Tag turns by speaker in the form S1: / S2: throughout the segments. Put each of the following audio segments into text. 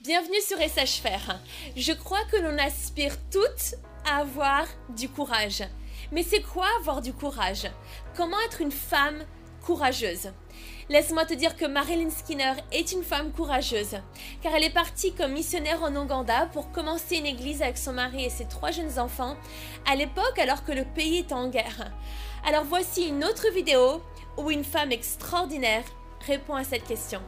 S1: Bienvenue sur SHFR. Je crois que l'on aspire toutes à avoir du courage. Mais c'est quoi avoir du courage Comment être une femme courageuse Laisse-moi te dire que Marilyn Skinner est une femme courageuse, car elle est partie comme missionnaire en Ouganda pour commencer une église avec son mari et ses trois jeunes enfants, à l'époque alors que le pays était en guerre. Alors voici une autre vidéo où une femme extraordinaire répond à cette question.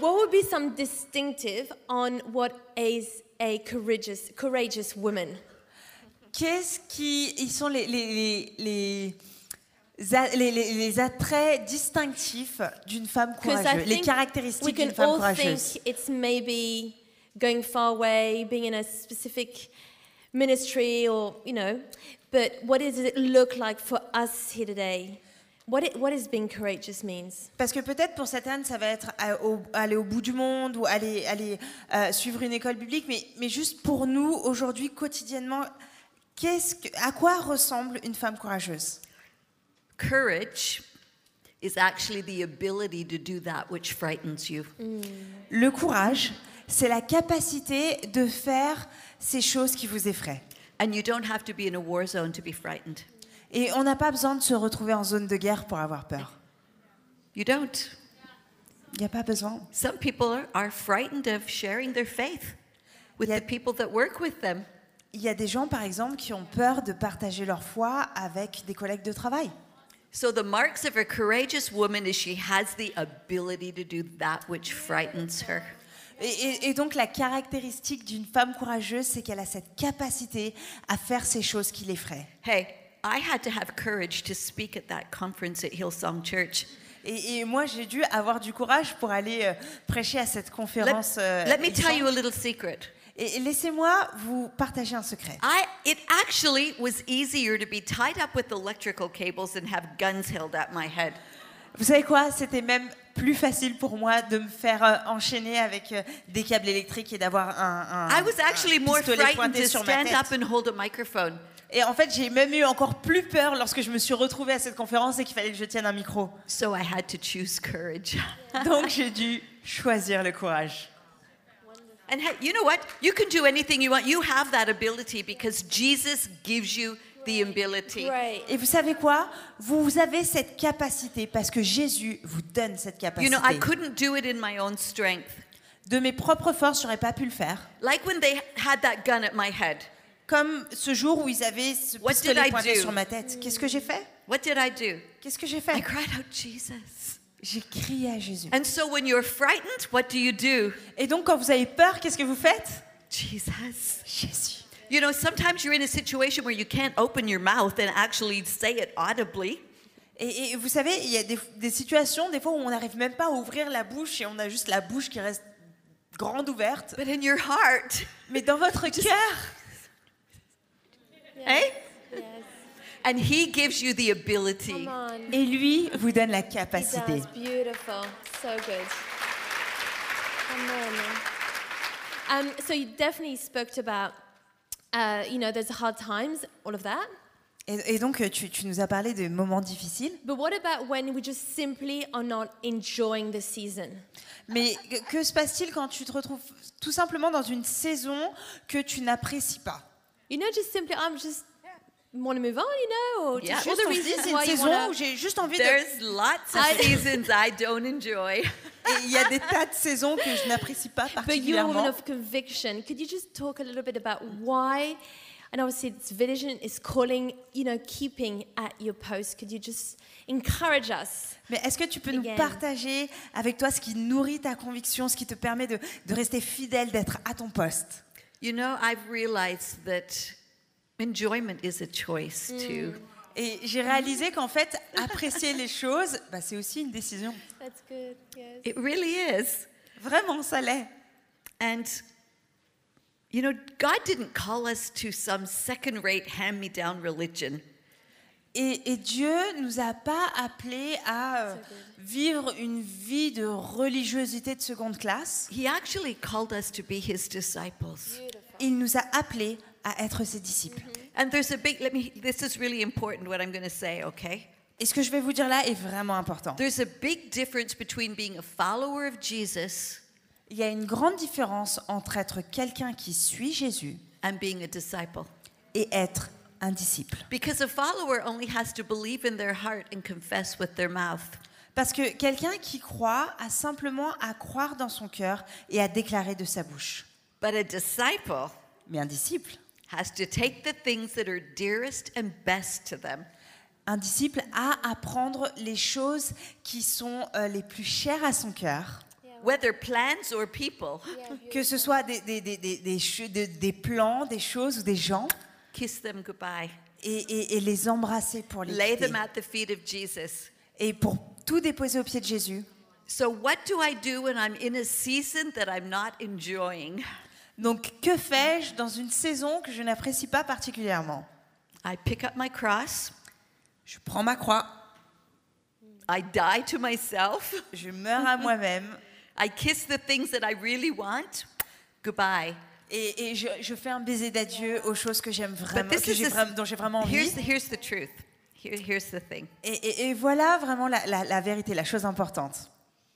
S1: What would be some distinctive on what is a courageous, courageous woman?
S2: Qu'est-ce qui ils sont les, les, les, les, a- les- les- les attraits distinctifs d'une femme
S1: 'Cause I
S2: courageuse Les
S1: think
S2: caractéristiques
S1: we
S2: d'une
S1: can
S2: femme
S1: all
S2: courageuse.
S1: think it's maybe going far away, being in a specific ministry, or you know. But what does it look like for us here today? What it, what is being courageous means?
S2: Parce que peut-être pour certaines, ça va être à- au- aller au bout du monde ou aller, aller euh, suivre une école publique, mais, mais juste pour nous, aujourd'hui, quotidiennement, qu'est-ce que, à quoi ressemble une femme courageuse
S3: Courage is actually the ability to do that which frightens you.
S2: Le courage, c'est la capacité de faire ces choses qui vous effraient.
S3: And you don't have to be in a war zone to be frightened.
S2: Et on n'a pas besoin de se retrouver en zone de guerre pour avoir peur.
S3: You don't.
S2: Il n'y a pas besoin.
S3: Some people are, are frightened of sharing their faith with
S2: Yeah.
S3: the people that work with them.
S2: Il y a des gens, par exemple, qui ont peur de partager leur foi avec des collègues de travail.
S3: So the marks of a courageous woman is she has the ability to do that which frightens her.
S2: Et, et- et donc la caractéristique d'une femme courageuse, c'est qu'elle a cette capacité à faire ces choses qui l'effraient.
S3: Hey, I had to have courage to speak at that conference at Hillsong Church.
S2: Et, et moi, j'ai dû avoir du courage pour aller euh, prêcher à cette
S3: Let,
S2: conférence. euh,
S3: let me
S2: récente.
S3: tell you a little secret.
S2: Et, et laissez-moi vous partager un secret.
S3: I it actually was easier to be tied up with electrical cables and have guns held at my head.
S2: Vous savez quoi C'était même plus facile pour moi de me faire euh, enchaîner avec euh, des câbles électriques et d'avoir un, un-
S3: I was actually
S2: un
S3: more
S2: pistolet
S3: frightened
S2: pointé
S3: to
S2: sur ma
S3: stand
S2: tête.
S3: up and hold a microphone.
S2: Et en fait, j'ai même eu encore plus peur lorsque je me suis retrouvée à cette conférence et qu'il fallait que je tienne un micro.
S3: So I had to choose courage.
S2: Donc j'ai dû choisir le courage.
S3: And hey, you know what? You can do anything you want. You have that ability because Jesus gives you the ability.
S1: Right.
S2: Et vous savez quoi Vous avez cette capacité parce que Jésus vous donne cette
S3: You
S2: capacité.
S3: know, I couldn't do it in my own strength.
S2: De mes propres forces, j'aurais pas pu le faire.
S3: Like when they had that gun at my head.
S2: Comme ce jour où ils avaient ce
S3: What did
S2: pistolet
S3: I
S2: pointé
S3: do
S2: sur ma tête. Qu'est-ce que j'ai fait
S3: What did I do?
S2: Qu'est-ce que j'ai
S3: I
S2: fait
S3: cried out, Jesus.
S2: J'ai crié à Jésus.
S3: And so when you're frightened, what do you do?
S2: Et donc quand vous avez peur, qu'est-ce que vous faites
S3: Jesus.
S2: Jésus.
S3: You know, sometimes you're in a situation where you can't open your mouth and actually say it audibly.
S2: Et, et vous savez, il y a des, des situations, des fois, où on n'arrive même pas à ouvrir la bouche et on a juste la bouche qui reste grande ouverte.
S3: But in your heart,
S2: Mais dans votre cœur,
S3: eh?
S1: Yes.
S3: And he gives you the ability.
S1: Come on.
S2: et lui vous donne la
S1: He
S2: capacité.
S1: does. Beautiful. So good. Come on. Um, so you definitely spoke about, uh, you know, there's hard times, all of that.
S2: Et, et donc, tu, tu nous as parlé de moments difficiles,
S1: But what about when we just simply are not enjoying the season?
S2: mais que- que se passe-t-il quand tu te retrouves tout simplement dans une saison que tu n'apprécies pas
S1: You know, just simply, I'm just want to move on, you know, or
S3: Yeah.
S1: just
S2: Juste,
S1: all Ah, the
S2: on se dit,
S1: reasons
S2: c'est une
S1: why you
S2: saison où
S1: want to.
S2: j'ai juste envie de... Et
S3: There's lots of
S1: I-
S3: seasons I don't enjoy.
S2: Il y a des tas de saisons que je n'apprécie pas
S1: But you're a woman
S2: particulièrement.
S1: of conviction. Could you just talk a little bit about why? And obviously, it's vision is calling, you know, keeping at your post. Could you just encourage us?
S2: Mais est-ce que tu peux nous
S1: Again.
S2: partager avec toi ce qui nourrit ta conviction, ce qui te permet de, de rester fidèle, d'être à ton poste
S3: You know, I've realized that enjoyment is a choice
S1: Mm.
S3: too.
S2: Et j'ai réalisé qu'en fait, apprécier les choses, bah, c'est aussi une décision.
S1: That's good. Yes.
S3: It really is.
S2: Vraiment, ça l'est.
S3: And you know, God didn't call us to some second-rate hand-me-down religion.
S2: Et, et Dieu nous a pas appelés à euh, vivre une vie de religiosité de seconde classe.
S3: He actually called us to be his disciples.
S2: Il nous a appelés à être ses disciples.
S3: And there's a big, let me, this is really important what I'm going to say, okay?
S2: Et ce que je vais vous dire là est vraiment important.
S3: There's a big difference between being a follower of Jesus
S2: Il y a une grande différence entre être quelqu'un qui suit Jésus
S3: and being a disciple.
S2: et être un disciple.
S3: Because a follower only has to believe in their heart and confess with their mouth.
S2: Parce que quelqu'un qui croit a simplement à croire dans son cœur et à déclarer de sa bouche.
S3: But a disciple
S2: Mais un disciple,
S3: has to take the things that are dearest and best to them
S2: un disciple a à prendre les choses qui sont euh, les plus chères à son cœur.
S3: whether plans or people,
S2: Que ce soit des, des, des, des, des che- de- des plans, des choses ou des gens,
S3: kiss them goodbye,
S2: et, et- et les embrasser pour les
S3: lay
S2: quitter.
S3: them at the feet of Jesus.
S2: et pour tout déposer aux pieds de Jésus.
S3: So, what do I do when I'm in a season that I'm not enjoying?
S2: Donc que fais-je dans une saison que je n'apprécie pas particulièrement
S3: I pick up my cross,
S2: Je prends ma croix,
S3: I die to myself,
S2: je meurs à moi-même
S3: I kiss the things that I really want goodbye.
S2: et, et je, je fais un baiser d'adieu aux choses que j'aime
S3: But
S2: vraiment,
S3: this
S2: Euh, que
S3: is
S2: j'ai
S3: the-
S2: vra- dont j'ai vraiment envie.
S3: here's, the, here's the truth. Here, here's the thing.
S2: Et, et- et voilà vraiment la- la- la vérité, la chose importante.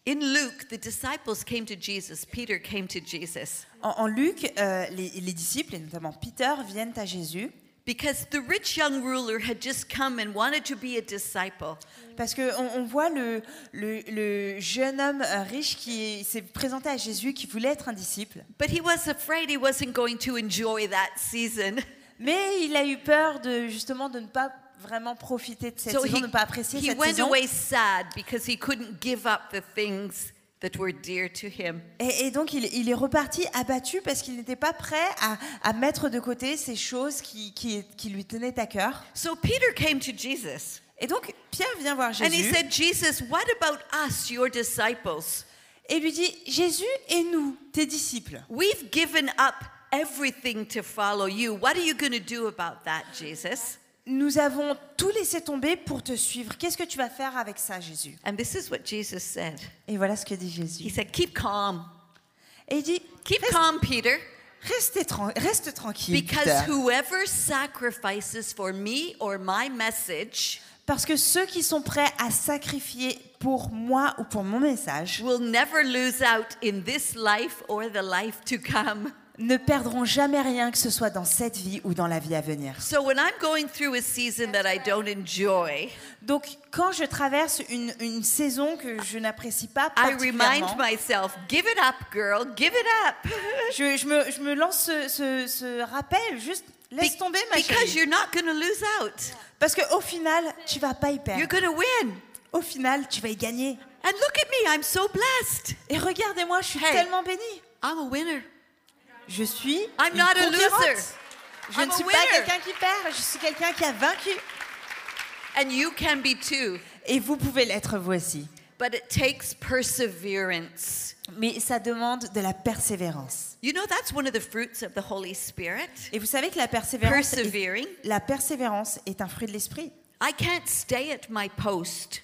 S3: In Luke, the disciples came to Jesus. Peter came to Jesus
S2: En, en Luc, euh, les, les disciples, et notamment Peter, viennent à Jésus
S3: because the rich young ruler had just come and wanted to be a disciple.
S2: parce qu'on on on voit le, le- le jeune homme euh, riche qui s'est présenté à Jésus, qui voulait être un disciple,
S3: But he was afraid he wasn't going to enjoy that season.
S2: mais il a eu peur de justement de ne pas vraiment profiter de cette
S3: So
S2: saison,
S3: he,
S2: de ne pas apprécier
S3: he
S2: cette
S3: went
S2: saison.
S3: away sad because he couldn't give up the things that were dear to him.
S2: Et, et donc il, il est reparti abattu parce qu'il n'était pas prêt à, à mettre de côté ces choses qui, qui- qui lui tenaient à cœur.
S3: So Peter came to Jesus
S2: Et donc Pierre vient voir
S3: and he
S2: Jésus
S3: said, Jesus, what about us, your disciples?
S2: et lui dit, Jésus et nous, tes disciples.
S3: We've given up everything to follow you. What are you going to do about that, Jesus?
S2: Nous avons tout laissé tomber pour te suivre. Qu'est-ce que tu vas faire avec ça, Jésus
S3: And this is what Jesus said.
S2: Et voilà ce que dit
S3: He
S2: Jésus.
S3: said, Keep calm.
S2: Et il dit
S3: Keep
S2: reste,
S3: calm, Peter,
S2: restez tran- reste tranquille,
S3: because
S2: Peter.
S3: whoever sacrifices for me or my message
S2: parce que ceux qui sont prêts à sacrifier pour moi ou pour mon message
S3: will never lose out in this life or the life to come.
S2: ne perdront jamais rien que ce soit dans cette vie ou dans la vie à venir.
S3: So when I'm going through a season that I don't enjoy,
S2: Donc, quand je traverse une, une saison que je n'apprécie pas
S3: I
S2: particulièrement,
S3: remind myself, Give it up, girl, give it up.
S2: je, je me, je me lance ce, ce- ce rappel, juste laisse
S3: Be-
S2: tomber ma
S3: because
S2: chérie.
S3: you're not going to lose out.
S2: Parce qu'au final, tu vas pas y perdre.
S3: You're going to win.
S2: Au final, tu vas y gagner.
S3: And look at me, I'm so blessed.
S2: Et regardez-moi, je suis
S3: Hey.
S2: tellement bénie.
S3: I'm a winner.
S2: Je suis
S3: I'm
S2: une
S3: not a
S2: conquérante.
S3: loser.
S2: Je
S3: I'm
S2: ne
S3: a
S2: suis pas
S3: winner.
S2: quelqu'un qui perd, je suis quelqu'un qui a vaincu.
S3: And you can be too.
S2: Et vous pouvez l'être vous aussi.
S3: But it takes perseverance.
S2: Mais ça demande de la persévérance.
S3: You know, that's one of the fruits of the Holy Spirit.
S2: Et vous savez que la persévérance, est-
S3: Persevering.
S2: la persévérance est un fruit de l'esprit.
S3: I can't stay at my post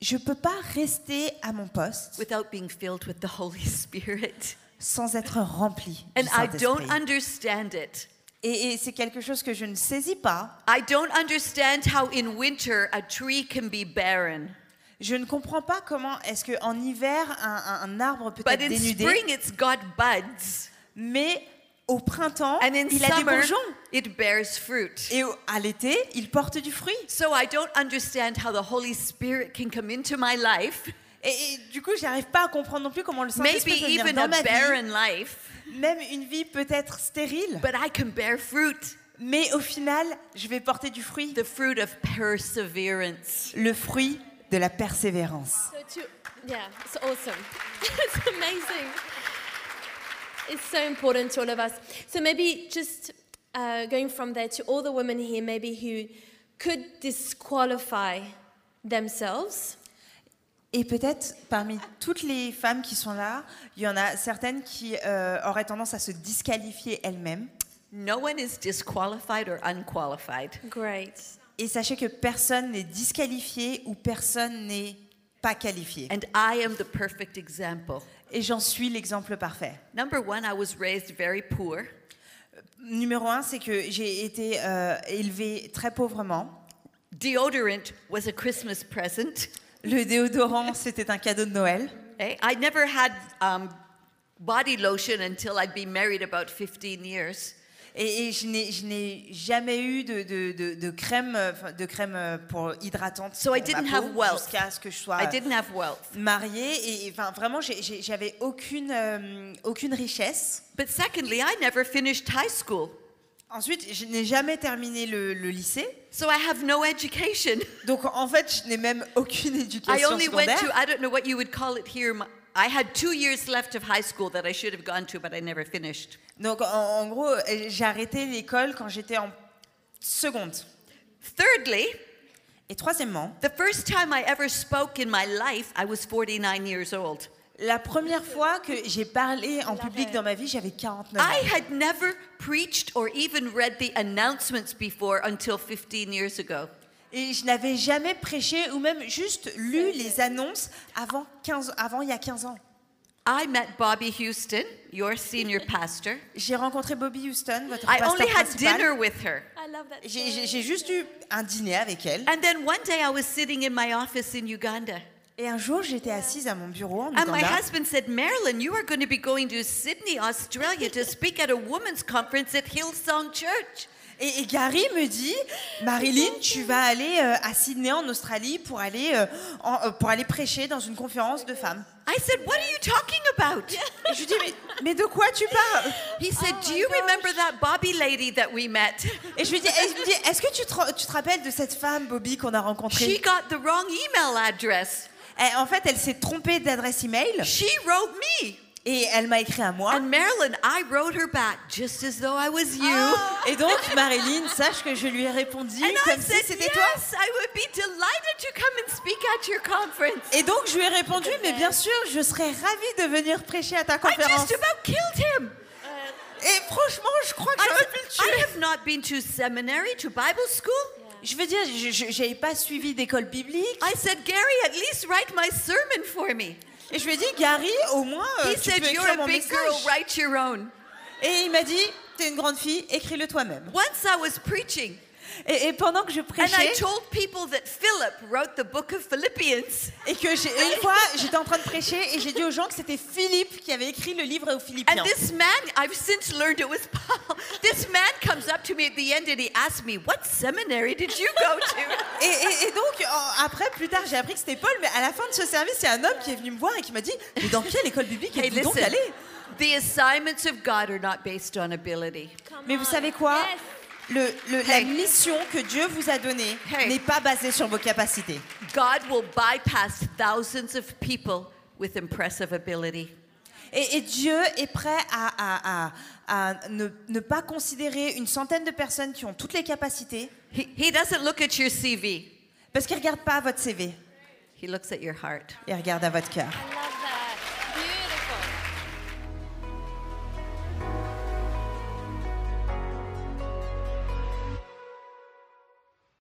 S2: Je peux pas rester à mon poste
S3: without being filled with the Holy Spirit.
S2: sans être rempli. du
S3: And I
S2: Saint-Esprit.
S3: don't understand it.
S2: Et, et c'est quelque chose que je ne saisis pas.
S3: I don't understand how in winter a tree can be barren.
S2: Je ne comprends pas comment est-ce que en hiver un, un- un arbre peut
S3: But
S2: être
S3: in
S2: dénudé,
S3: spring, it's got buds.
S2: mais au printemps
S3: And in
S2: il a des
S3: summer,
S2: bourgeons.
S3: it bears fruit.
S2: Et au- à l'été, il porte du fruit.
S3: So I don't understand how the Holy Spirit can come into my life,
S2: Et, et du coup, j'arrive pas à comprendre non plus comment le
S3: maybe
S2: Saint-Esprit peut venir
S3: even
S2: dans
S3: a
S2: ma vie,
S3: barren life,
S2: même une vie peut-être stérile,
S3: but I can bear fruit.
S2: mais au final, je vais porter du fruit,
S3: The fruit of perseverance.
S2: le fruit de la persévérance.
S1: So to, yeah, it's awesome. it's amazing. It's so important to all of us. So maybe just uh, going from there to all the women here, maybe who could disqualify themselves.
S2: Et peut-être parmi toutes les femmes qui sont là, il y en a certaines qui euh, auraient tendance à se disqualifier elles-mêmes.
S3: No one is disqualified or unqualified.
S1: Great.
S2: Et sachez que personne n'est disqualifié ou personne n'est pas qualifié.
S3: And I am the perfect example.
S2: Et j'en suis l'exemple parfait.
S3: Number one, I was raised very poor.
S2: Numéro un, c'est que j'ai été euh, élevée très pauvrement.
S3: Deodorant was a Christmas present.
S2: Le déodorant, c'était un cadeau de Noël.
S3: Eh, I never had um, body lotion until I'd be married about 15 years.
S2: Et, et je n'ai- je n'ai jamais eu de, de- de- de crème, euh, enfin, de crème euh, pour hydratante
S3: So
S2: pour
S3: I didn't
S2: ma peau
S3: have wealth.
S2: jusqu'à ce que je sois
S3: I didn't have wealth.
S2: mariée. Et, et, enfin, vraiment, j'ai- j'ai- j'avais aucune, euh, aucune richesse.
S3: But secondly, I never finished high school.
S2: Ensuite, je n'ai jamais terminé le, le lycée.
S3: So I have no education.
S2: Donc, en fait, je n'ai même aucune
S3: I
S2: éducation
S3: only went
S2: secondaire.
S3: to, I don't know what you would call it here. m- I had two years left of high school that I should have gone to, but I never finished.
S2: Donc, en, en gros, euh, j'ai arrêté l'école quand j'étais en seconde.
S3: Thirdly,
S2: Et troisièmement,
S3: the first time I ever spoke in my life, I was 49 years old.
S2: la première fois que j'ai parlé en public dans ma vie, j'avais 49 ans.
S3: I had never preached or even read the announcements before until 15 years ago.
S2: Et je n'avais jamais prêché ou même juste lu les annonces avant, 15, avant il y a 15 ans.
S3: I met Bobby Houston, your senior pastor.
S2: J'ai rencontré Bobby Houston, votre
S3: I
S2: pasteur
S3: only had
S2: principal.
S3: dinner with her.
S1: I love that
S2: J'ai j'ai-
S1: story.
S2: j'ai juste eu un dîner avec elle.
S3: And then one day I was sitting in my office in Uganda.
S2: Et un jour, j'étais assise à mon bureau en
S3: And my
S2: Ouganda.
S3: husband said, Marilyn, you are going to be going to Sydney, Australia to speak at a women's conference at Hillsong Church.
S2: Et, et Gary me dit, Marilyn, tu vas aller euh, à Sydney en Australie pour aller, euh, en- euh, pour aller prêcher dans une conférence de femmes.
S3: I said, What are you talking about?
S2: Et je lui dis, mais, mais de quoi tu parles
S3: He said, Do
S1: my
S3: you
S1: gosh.
S3: remember that Bobby lady that we met?
S2: Et je lui dis, et il me dit, est-ce que tu te, tu te rappelles de cette femme, Bobby, qu'on a
S3: She
S2: rencontrée
S3: got the wrong email address.
S2: Eh, En fait, elle s'est trompée d'adresse email.
S3: She wrote me.
S2: Et elle m'a écrit à moi.
S3: And Marilyn, I wrote her back just as though I was you.
S2: Et donc, Marilyn, sache que je lui ai répondu
S3: Oh. And I
S2: comme si
S3: said,
S2: c'était toi.
S3: Yes, I would be delighted to come and speak at your conference.
S2: Et donc, je lui ai répondu, mais bien sûr, je serais ravie de venir prêcher à ta
S3: I
S2: conférence.
S3: just about killed him.
S2: Et franchement, je crois que
S3: I,
S2: j'aurais pu le
S3: I
S2: tuer.
S3: have not been to seminary, to Bible school.
S2: ah, Je veux dire, je- je- j'avais pas suivi d'école biblique.
S3: I said, Gary, at least write my sermon for me.
S2: Et je lui ai dit, Gary, au moins, euh,
S3: He
S2: tu
S3: said,
S2: peux
S3: You're
S2: écrire
S3: a
S2: mon
S3: big girl,
S2: message.
S3: write your own.
S2: Et il m'a dit, t'es une grande fille, écris-le toi-même.
S3: Once I was preaching,
S2: Et, et pendant que je
S3: and I
S2: prêchais,
S3: told people that Philip wrote the book of Philippians.
S2: et que j'ai- une fois, j'étais en train de prêcher, et j'ai dit aux gens que c'était Philippe qui avait écrit le livre aux
S3: And
S2: Philippiens.
S3: this man, I've since learned it was Paul. This man comes up to me at the end and he asked me, What seminary did you go to?
S2: Et, et- et donc, en- après, plus tard, j'ai appris que c'était Paul, mais à la fin de ce service, il y a un homme qui est venu me voir et qui m'a dit Mais dans quelle école biblique
S3: hey,
S2: êtes-vous donc
S3: listen,
S2: allé
S3: the assignments of God are not based on ability.
S1: Come
S2: Mais vous
S1: on.
S2: savez quoi
S1: Yes.
S2: Le- le- La
S3: Hey.
S2: mission que Dieu vous a donnée
S3: Hey.
S2: n'est pas basée sur vos capacités.
S3: God will bypass thousands of people with impressive ability.
S2: Et, et Dieu est prêt à, à- à- à ne, ne pas considérer une centaine de personnes qui ont toutes les capacités
S3: He, he doesn't look at your CV,
S2: parce qu'il ne regarde pas votre CV,
S3: he looks at your heart.
S2: il regarde à votre cœur.
S1: I love